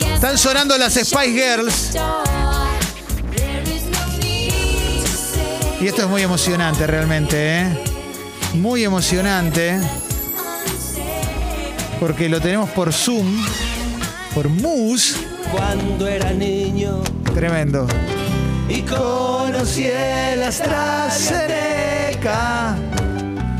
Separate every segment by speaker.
Speaker 1: Están sonando las Spice Girls. Y esto es muy emocionante realmente, ¿eh? Muy emocionante. Porque lo tenemos por Zoom, por Moose.
Speaker 2: Cuando era niño
Speaker 1: Tremendo.
Speaker 2: y conocí el AstraZeneca,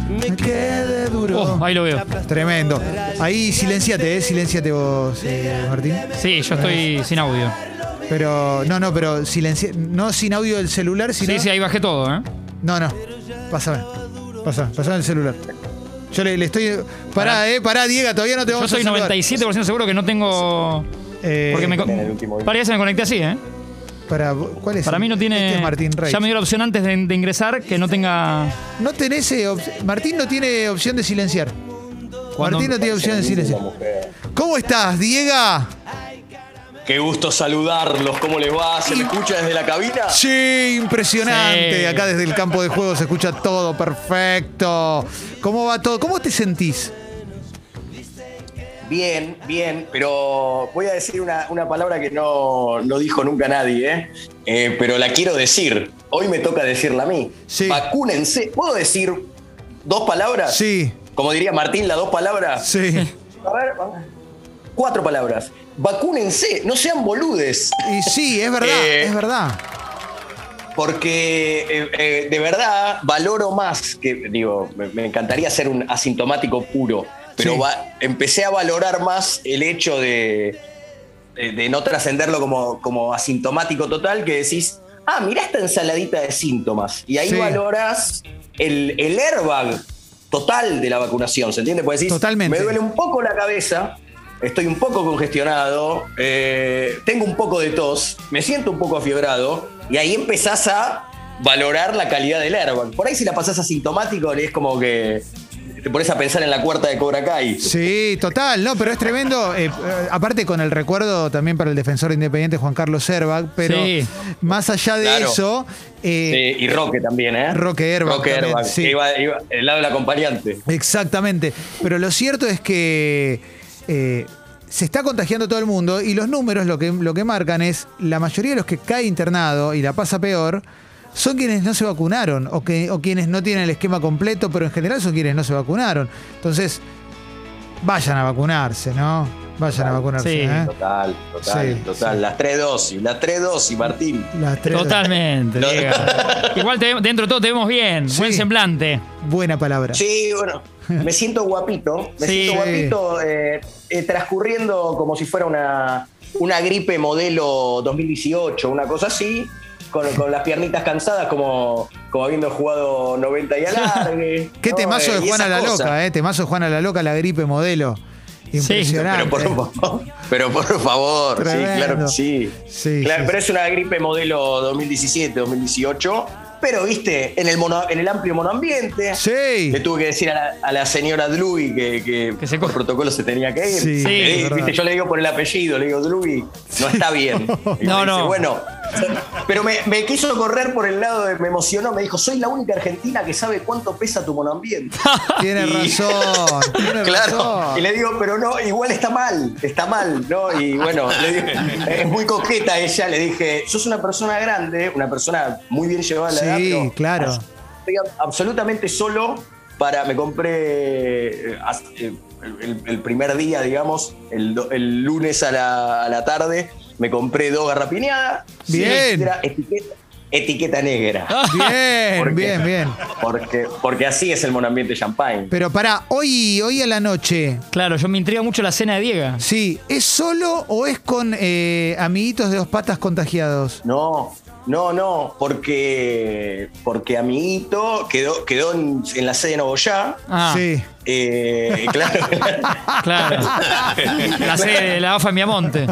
Speaker 2: me quedé duro.
Speaker 3: Oh, ahí lo veo.
Speaker 1: Tremendo. Ahí silenciate, ¿eh? Silenciate vos, eh, Martín.
Speaker 3: Sí, yo estoy sin audio.
Speaker 1: Pero, no, no, pero silenci... No sin audio del celular, sino...
Speaker 3: Sí, sí, ahí bajé todo, ¿eh?
Speaker 1: No, no. Pásame. Pásame, pásame el celular. Yo le, le estoy... Pará, eh, pará, Diego, todavía no te
Speaker 3: Yo
Speaker 1: vamos
Speaker 3: soy
Speaker 1: a saludar.
Speaker 3: 97% seguro que no tengo.
Speaker 1: Eh,
Speaker 3: Porque me. co-
Speaker 4: en el último
Speaker 3: Varias veces me conecté así, ¿eh?
Speaker 1: Para, ¿cuál es
Speaker 3: Para mí no tiene.
Speaker 1: Este es Martín Reyes.
Speaker 3: Ya me dio la opción antes de, de ingresar que no tenga.
Speaker 1: No tenés, eh, op- Martín no tiene opción de silenciar.
Speaker 3: Cuando-
Speaker 1: Martín no tiene opción de
Speaker 4: Una
Speaker 1: silenciar.
Speaker 4: mujer.
Speaker 1: ¿Cómo estás, Diego?
Speaker 4: Qué gusto saludarlos, ¿cómo les va? ¿Se me escucha desde la cabina?
Speaker 1: Sí, impresionante.
Speaker 3: Sí.
Speaker 1: Acá desde el campo de juego se escucha todo perfecto. ¿Cómo va todo? ¿Cómo te sentís?
Speaker 4: Bien, bien, pero voy a decir una, una palabra que no, no dijo nunca nadie, ¿eh? Eh, pero la quiero decir. Hoy me toca decirla a mí.
Speaker 1: Sí.
Speaker 4: Vacúnense. ¿Puedo decir dos palabras?
Speaker 1: Sí,
Speaker 4: Como diría Martín, las dos palabras.
Speaker 1: sí.
Speaker 4: A ver, vamos. cuatro palabras. Vacúnense, no sean boludes.
Speaker 1: Y sí, es verdad,
Speaker 4: Eh.
Speaker 1: es verdad.
Speaker 4: Porque eh, eh, de verdad valoro más que, digo, me, me encantaría ser un asintomático puro, pero
Speaker 1: Sí.
Speaker 4: va- empecé a valorar más el hecho de, de, de no trascenderlo como, como asintomático total, que decís, ah, mirá esta ensaladita de síntomas. Y ahí
Speaker 1: Sí.
Speaker 4: valorás el, el airbag total de la vacunación, ¿se entiende? Pues decís,
Speaker 1: Totalmente.
Speaker 4: me duele un poco la cabeza, estoy un poco congestionado, eh, tengo un poco de tos, me siento un poco afiebrado, y ahí empezás a valorar la calidad del airbag. Por ahí si la pasás asintomático, es como que te pones a pensar en la cuarta de Cobra Kai.
Speaker 1: Sí, total, no, pero es tremendo. eh, eh, aparte con el recuerdo también para el defensor independiente Juan Carlos Herbach, pero
Speaker 3: Sí.
Speaker 1: más allá de
Speaker 4: Claro.
Speaker 1: eso, eh,
Speaker 4: Sí, y Roque también, ¿eh?
Speaker 1: Roque Airbag
Speaker 4: Roque
Speaker 1: también,
Speaker 4: Airbag,
Speaker 1: sí.
Speaker 4: que iba, iba del lado del acompañante.
Speaker 1: exactamente. Pero lo cierto es que eh, se está contagiando todo el mundo y los números lo que, lo que marcan es la mayoría de los que cae internado y la pasa peor. Son quienes no se vacunaron o, que, o quienes no tienen el esquema completo, pero en general son quienes no se vacunaron. Entonces, vayan a vacunarse, ¿no? Vayan a vacunarse.
Speaker 3: Sí.
Speaker 1: ¿eh?
Speaker 4: Total, total,
Speaker 1: Sí,
Speaker 4: total.
Speaker 1: sí.
Speaker 4: Las tres dosis, las tres dosis, Martín.
Speaker 1: Las tres-
Speaker 3: Totalmente.
Speaker 4: No.
Speaker 3: Diego. Igual te- dentro de todo te vemos bien.
Speaker 1: Sí.
Speaker 3: Buen semblante.
Speaker 1: Buena palabra.
Speaker 4: Sí, bueno, me siento guapito. Me
Speaker 3: Sí.
Speaker 4: siento guapito eh, eh, transcurriendo como si fuera una, una gripe modelo 2018, una cosa así, con, con las piernitas cansadas como, como habiendo jugado 90 y alargue.
Speaker 1: Qué
Speaker 4: ¿no?
Speaker 1: temazo
Speaker 4: Eh,
Speaker 1: de
Speaker 4: y
Speaker 1: Juana
Speaker 4: esas
Speaker 1: la
Speaker 4: cosas.
Speaker 1: Loca, ¿eh? Temazo de Juana la Loca, la gripe modelo. Impresionante.
Speaker 4: Pero por, favor, pero por favor, sí, claro
Speaker 1: Tremendo.
Speaker 4: que sí.
Speaker 1: Sí,
Speaker 4: Claro,
Speaker 1: sí,
Speaker 4: pero es una gripe modelo 2017, 2018. Pero, viste, en el, mono- en el amplio monoambiente.
Speaker 1: Sí.
Speaker 4: Le tuve que decir a la, a la señora Dluy que, que
Speaker 3: Que se
Speaker 4: por
Speaker 3: co-
Speaker 4: protocolo se tenía que ir.
Speaker 1: Sí,
Speaker 3: es
Speaker 4: Le- viste,
Speaker 1: verdad.
Speaker 4: yo le digo por el apellido, le digo Dluy, no está bien. Y
Speaker 3: No,
Speaker 4: me dice,
Speaker 3: no.
Speaker 4: Bueno, pero me, me quiso correr por el lado de, me emocionó, me dijo, soy la única argentina que sabe cuánto pesa tu monoambiente.
Speaker 3: Ah,
Speaker 1: Tiene
Speaker 4: Y-
Speaker 1: razón. Tiene
Speaker 4: Claro,
Speaker 1: razón.
Speaker 4: y le digo, pero no, igual está mal, está mal, ¿no? Y bueno, le digo, es muy coqueta ella, le dije, sos una persona grande, una persona muy bien llevada a la edad.
Speaker 1: Sí,
Speaker 4: pero
Speaker 1: claro.
Speaker 4: as- Estoy ab- absolutamente solo para, me compré eh, as- eh, el, el primer día, digamos, el, do- el lunes a la, a la tarde, me compré dos garrapiñadas.
Speaker 1: Bien.
Speaker 4: Era etiqueta, etiqueta negra.
Speaker 1: Bien,
Speaker 4: Porque-
Speaker 1: bien, bien.
Speaker 4: Porque, porque así es el monambiente champagne.
Speaker 1: Pero pará, hoy, hoy a la noche,
Speaker 3: Claro, yo me intriga mucho la cena de Diego.
Speaker 1: sí, ¿es solo o es con eh, amiguitos de dos patas contagiados?
Speaker 4: No, no, no, porque, porque amiguito quedó, quedó en, en la sede de Nogoyá.
Speaker 3: Ah,
Speaker 1: Sí.
Speaker 4: Eh, claro,
Speaker 3: claro. La sede de la AFA en Viamonte.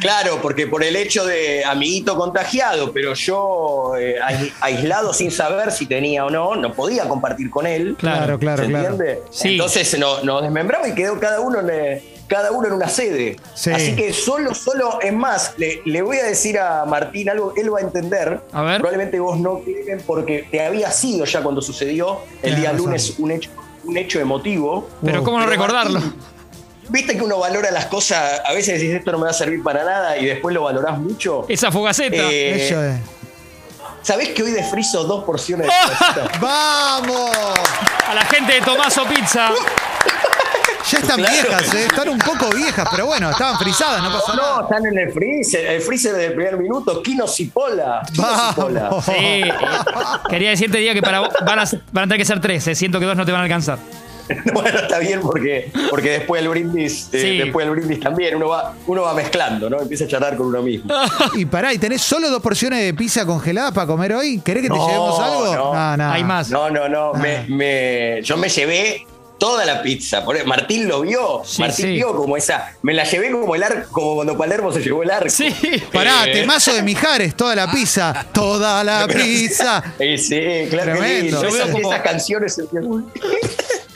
Speaker 4: claro, porque por el hecho de amiguito contagiado, pero yo eh, ai- aislado sin saber si tenía o no, no podía compartir con él.
Speaker 1: Claro,
Speaker 3: Claro.
Speaker 1: claro,
Speaker 4: ¿Se
Speaker 1: claro.
Speaker 4: entiende?
Speaker 3: Sí.
Speaker 4: Entonces no- nos desmembramos y quedó cada uno en, eh, cada uno en una sede.
Speaker 1: Sí.
Speaker 4: Así que solo, solo, es más, le, le voy a decir a Martín algo, él va a entender.
Speaker 3: A ver.
Speaker 4: Probablemente vos no Clemen, porque te había sido ya cuando sucedió el
Speaker 1: Tenés
Speaker 4: día
Speaker 1: razón.
Speaker 4: lunes un hecho, un hecho emotivo.
Speaker 3: Pero
Speaker 1: Wow.
Speaker 3: cómo no
Speaker 4: Pero
Speaker 3: recordarlo.
Speaker 4: Martín, Viste que uno valora las cosas, a veces decís esto no me va a servir para nada y después lo valorás mucho.
Speaker 3: Esa fogaceta.
Speaker 4: Eh,
Speaker 1: Eso es.
Speaker 4: ¿Sabés que hoy desfrizo dos porciones de frito?
Speaker 1: ¡Vamos!
Speaker 3: A la gente de Tomaso Pizza.
Speaker 1: Ya están
Speaker 4: Claro.
Speaker 1: viejas, eh, están un poco viejas, pero bueno, estaban frisadas, no pasa
Speaker 4: No,
Speaker 1: nada.
Speaker 4: están en el freezer, el freezer del primer minuto, Kino Cipolla. Kino Cipolla.
Speaker 1: Vamos.
Speaker 3: Sí. eh, Quería decirte, Día, que para vos van a, van a tener que ser tres. eh, Siento que dos no te van a alcanzar.
Speaker 4: Bueno, está bien porque, porque después del brindis, eh,
Speaker 3: Sí.
Speaker 4: después del brindis también uno va, uno va mezclando, ¿no? Empieza a charlar con uno mismo.
Speaker 3: Ah,
Speaker 1: Y pará, ¿y tenés solo dos porciones de pizza congelada para comer hoy? ¿Querés que te
Speaker 4: No,
Speaker 1: llevemos algo?
Speaker 4: no.
Speaker 3: Hay más.
Speaker 4: No, no, no.
Speaker 3: ah.
Speaker 4: Me, me- yo me llevé toda la pizza. Por- e, Martín lo vio.
Speaker 3: Sí,
Speaker 4: Martín
Speaker 3: sí.
Speaker 4: vio como esa. Me la llevé como el arco, como cuando Palermo se llevó el arco.
Speaker 3: Sí.
Speaker 1: Pará,
Speaker 4: Eh.
Speaker 1: temazo de Mijares, toda la pizza, toda la pizza.
Speaker 4: Eh, sí, claro que
Speaker 1: Tremendo.
Speaker 4: lindo.
Speaker 1: Yo
Speaker 3: veo
Speaker 4: Esas,
Speaker 3: como-
Speaker 4: esas canciones.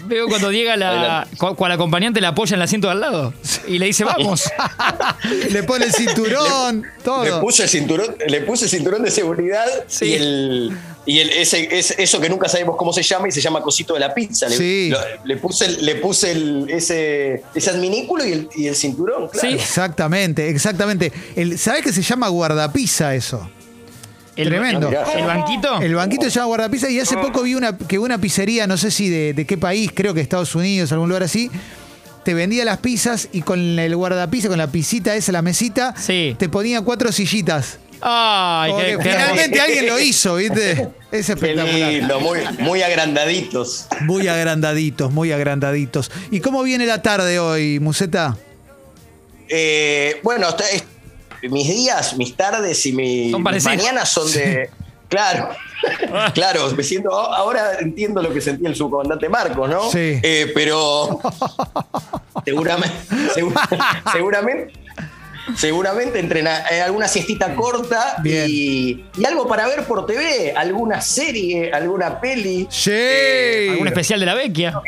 Speaker 3: Veo cuando Diego la,
Speaker 4: Adelante.
Speaker 3: cu- cual acompañante la apoya en el asiento de al lado y le dice, vamos.
Speaker 1: Le pone el cinturón,
Speaker 4: Le
Speaker 1: todo.
Speaker 4: puse el cinturón, le puse el cinturón de seguridad
Speaker 3: Sí.
Speaker 4: y el y el, ese, ese- eso que nunca sabemos cómo se llama y se llama cosito de la pizza. Le,
Speaker 1: Sí.
Speaker 4: lo- le puse, el- le puse el, ese, ese adminículo y el, y el cinturón, claro.
Speaker 3: Sí.
Speaker 1: Exactamente, exactamente. El, ¿Sabés que se llama guardapizza eso?
Speaker 3: El,
Speaker 1: Tremendo.
Speaker 3: ¿El banquito?
Speaker 1: El banquito se llama guardapizza y hace poco vi una, que una pizzería, no sé si de, de qué país, creo que Estados Unidos, algún lugar así, te vendía las pizzas y con el guardapizza, con la pisita esa, la mesita,
Speaker 3: Sí.
Speaker 1: te ponía cuatro sillitas.
Speaker 3: Ay,
Speaker 1: Como
Speaker 3: qué,
Speaker 1: que
Speaker 3: qué hermoso.
Speaker 1: finalmente alguien lo hizo, ¿viste? Es
Speaker 4: Qué
Speaker 1: espectacular.
Speaker 4: lindo, muy, muy agrandaditos.
Speaker 1: Muy agrandaditos, muy agrandaditos. ¿Y cómo viene la tarde hoy, Museta?
Speaker 4: Eh, bueno, está- es- mis días, mis tardes y mi-
Speaker 3: Son
Speaker 4: mis
Speaker 3: parecidos.
Speaker 4: mañanas son de. Claro,
Speaker 1: Ah.
Speaker 4: claro, me siento. Ahora entiendo lo que sentía el subcomandante Marcos, ¿no?
Speaker 1: Sí.
Speaker 4: Eh, pero. Seguramente. segu- seguramente. Seguramente entrena, eh, alguna siestita corta
Speaker 1: Bien.
Speaker 4: y, y algo para ver por TV, alguna serie, alguna peli. Eh,
Speaker 1: Sí.
Speaker 3: ¿Algún especial de la Vecchia?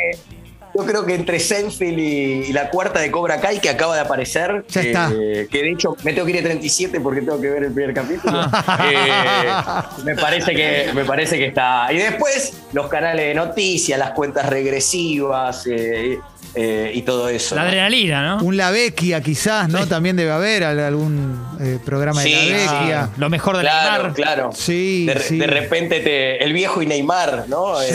Speaker 4: Yo creo que entre Seinfeld y, y la cuarta de Cobra Kai que acaba de aparecer,
Speaker 1: Ya
Speaker 4: eh,
Speaker 1: está.
Speaker 4: que de hecho me tengo que ir a 37 porque tengo que ver el primer capítulo,
Speaker 1: Ah.
Speaker 4: eh, me, parece que, me parece que está. Y después los canales de noticias, las cuentas regresivas eh, eh, y todo eso.
Speaker 3: La
Speaker 4: ¿no?
Speaker 3: adrenalina, ¿no?
Speaker 1: Un La Vecchia quizás, ¿no? También debe haber al- algún eh, programa
Speaker 4: Sí,
Speaker 1: de La
Speaker 4: sí.
Speaker 1: Vecchia.
Speaker 3: Ah, Lo mejor de la
Speaker 4: Claro, claro.
Speaker 1: Sí,
Speaker 4: de,
Speaker 1: sí.
Speaker 4: de repente te, el viejo y Neymar, ¿no?
Speaker 1: Sí.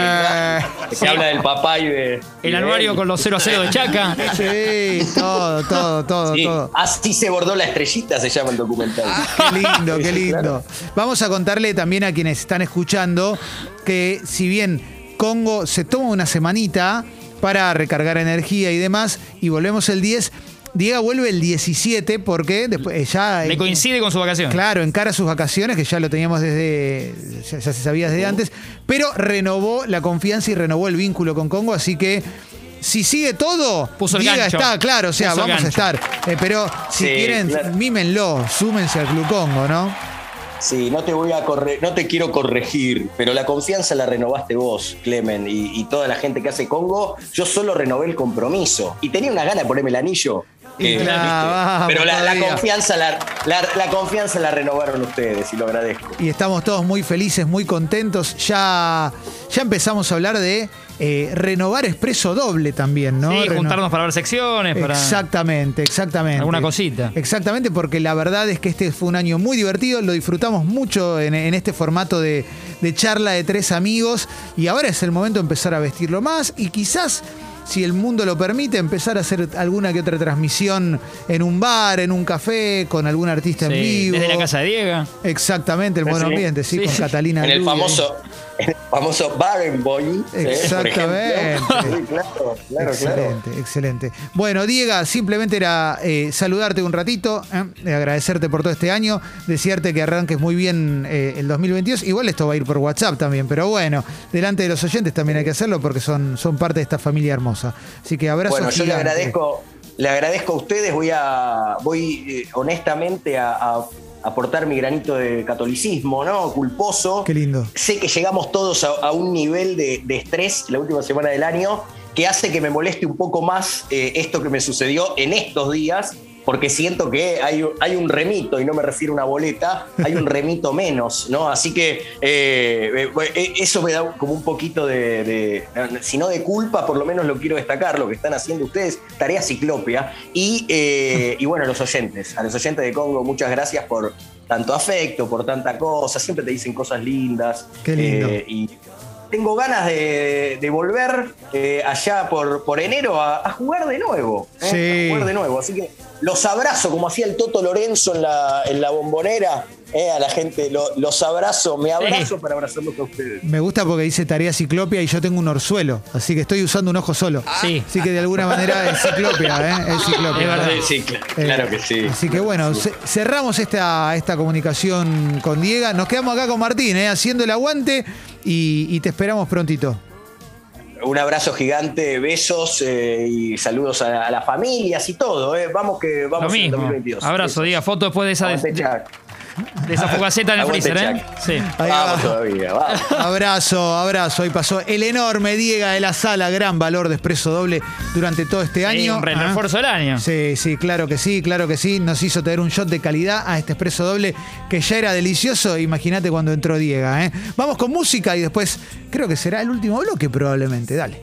Speaker 4: Eh, que habla del papá y de... y
Speaker 3: El
Speaker 4: de
Speaker 3: anuario
Speaker 4: él.
Speaker 3: con los 0 a 0 de Chaca.
Speaker 1: Sí, todo, todo, todo,
Speaker 4: Sí,
Speaker 1: todo. Ah.
Speaker 4: Así se bordó la estrellita, se llama el documental.
Speaker 1: Qué lindo, qué
Speaker 4: Sí,
Speaker 1: lindo.
Speaker 4: claro.
Speaker 1: Vamos a contarle también a quienes están escuchando que si bien Congo se toma una semanita para recargar energía y demás, y volvemos el 10, Diego vuelve el 17 porque después eh, ya...
Speaker 3: Le
Speaker 1: eh,
Speaker 3: coincide con su vacación.
Speaker 1: Claro, encara sus vacaciones, que ya lo teníamos desde. Ya, ya se sabía
Speaker 3: Oh.
Speaker 1: desde antes, pero renovó la confianza y renovó el vínculo con Congo, así que. Si sigue todo,
Speaker 3: Puso el
Speaker 1: Diga
Speaker 3: gancho.
Speaker 1: está, claro, o sea,
Speaker 3: Puso el
Speaker 1: vamos a
Speaker 3: gancho.
Speaker 1: estar. Eh, pero si
Speaker 4: Sí,
Speaker 1: quieren,
Speaker 4: claro.
Speaker 1: mímenlo, súmense al Club Congo, ¿no?
Speaker 4: Sí, no te voy a corre no te quiero corregir, pero la confianza la renovaste vos, Clemen, y, y toda la gente que hace Congo. Yo solo renové el compromiso y tenía una gana de ponerme el anillo.
Speaker 1: Y
Speaker 4: eh,
Speaker 1: la-
Speaker 4: ¿viste?
Speaker 1: vamos
Speaker 4: pero la, la
Speaker 1: todavía.
Speaker 4: confianza la, la- la confianza la renovaron ustedes y lo agradezco.
Speaker 1: Y estamos todos muy felices, muy contentos. Ya, ya empezamos a hablar de eh, renovar expreso doble también, ¿no?
Speaker 3: Sí,
Speaker 1: Reno-
Speaker 3: juntarnos para ver secciones, para.
Speaker 1: Exactamente, exactamente.
Speaker 3: Alguna cosita.
Speaker 1: Exactamente, porque la verdad es que este fue un año muy divertido, lo disfrutamos mucho en, en este formato de, de charla de tres amigos y ahora es el momento de empezar a vestirlo más y quizás, si el mundo lo permite, empezar a hacer alguna que otra transmisión en un bar, en un café, con algún artista en
Speaker 3: Sí,
Speaker 1: vivo.
Speaker 3: Desde la casa de Diego.
Speaker 1: Exactamente, el buen
Speaker 4: Sí.
Speaker 1: ambiente, sí,
Speaker 3: Sí,
Speaker 1: con
Speaker 3: sí.
Speaker 1: Catalina.
Speaker 4: En el
Speaker 1: Luria.
Speaker 4: famoso, en el famoso ¿eh? Barenboy.
Speaker 1: Exactamente.
Speaker 4: claro, claro, claro.
Speaker 1: excelente, excelente. Bueno, Diego, simplemente era eh, saludarte un ratito, ¿eh? Eh, agradecerte por todo este año, desearte que arranques muy bien eh, el 2022. Igual esto va a ir por WhatsApp también, pero bueno, delante de los oyentes también hay que hacerlo porque son, son parte de esta familia hermosa. Así que abrazo.
Speaker 4: Bueno, yo le
Speaker 1: gigante.
Speaker 4: agradezco, le agradezco a ustedes, voy a, voy eh, honestamente a, a aportar mi granito de catolicismo, ¿no? Culposo.
Speaker 1: Qué lindo.
Speaker 4: Sé que llegamos todos a, a un nivel de, de estrés la última semana del año que hace que me moleste un poco más eh, esto que me sucedió en estos días. porque siento que hay, hay un remito, y no me refiero a una boleta, hay un remito menos, ¿no? Así que eh, eh, eso me da como un poquito de, de, si no de culpa, por lo menos lo quiero destacar, lo que están haciendo ustedes, tarea ciclopia. Y, eh, y bueno, a los oyentes, a los oyentes de Congo, muchas gracias por tanto afecto, por tanta cosa, siempre te dicen cosas lindas. Eh,
Speaker 1: Qué lindo.
Speaker 4: y tengo ganas de, de volver eh, allá por, por enero a, a jugar de nuevo. ¿eh?
Speaker 1: Sí.
Speaker 4: A jugar de nuevo. Así que los abrazo, como hacía el Toto Lorenzo en la, en la bombonera, ¿eh? a la gente. lo- los abrazo, me abrazo para abrazarlos a ustedes.
Speaker 1: Me gusta porque dice tarea ciclopia y yo tengo un orzuelo, así que estoy usando un ojo solo.
Speaker 3: Sí.
Speaker 1: Así que de alguna manera es ciclopia, ¿eh? Es ciclopia.
Speaker 3: Es verdad.
Speaker 4: Sí,
Speaker 1: Eh,
Speaker 4: claro que sí.
Speaker 1: Así que bueno, ce- cerramos esta, esta comunicación con Diego. Nos quedamos acá con Martín, ¿eh? haciendo el aguante y, y te esperamos prontito.
Speaker 4: Un abrazo gigante, besos eh, y saludos a, a las familias y todo. ¿eh? Vamos que
Speaker 3: Lo
Speaker 4: vamos en
Speaker 3: mismo.
Speaker 4: 2022.
Speaker 3: Abrazo, diga foto después de esa,
Speaker 4: Aguante,
Speaker 3: de,
Speaker 4: Chac.
Speaker 3: de esa fugaceta en el
Speaker 4: Aguante,
Speaker 3: freezer, ¿eh?
Speaker 4: Chac.
Speaker 3: Sí.
Speaker 1: Ahí va.
Speaker 4: Vamos todavía, vamos.
Speaker 1: Abrazo, abrazo. Ahí pasó el enorme Diego de la Sala, gran valor de expreso doble durante todo este
Speaker 3: Sí,
Speaker 1: año.
Speaker 3: hombre, el
Speaker 1: Ah.
Speaker 3: refuerzo del año.
Speaker 1: Sí, sí, claro que sí, claro que sí. Nos hizo tener un shot de calidad a este expreso doble que ya era delicioso. Imagínate cuando entró Diego. ¿eh? Vamos con música y después creo que será el último bloque probablemente. Dale.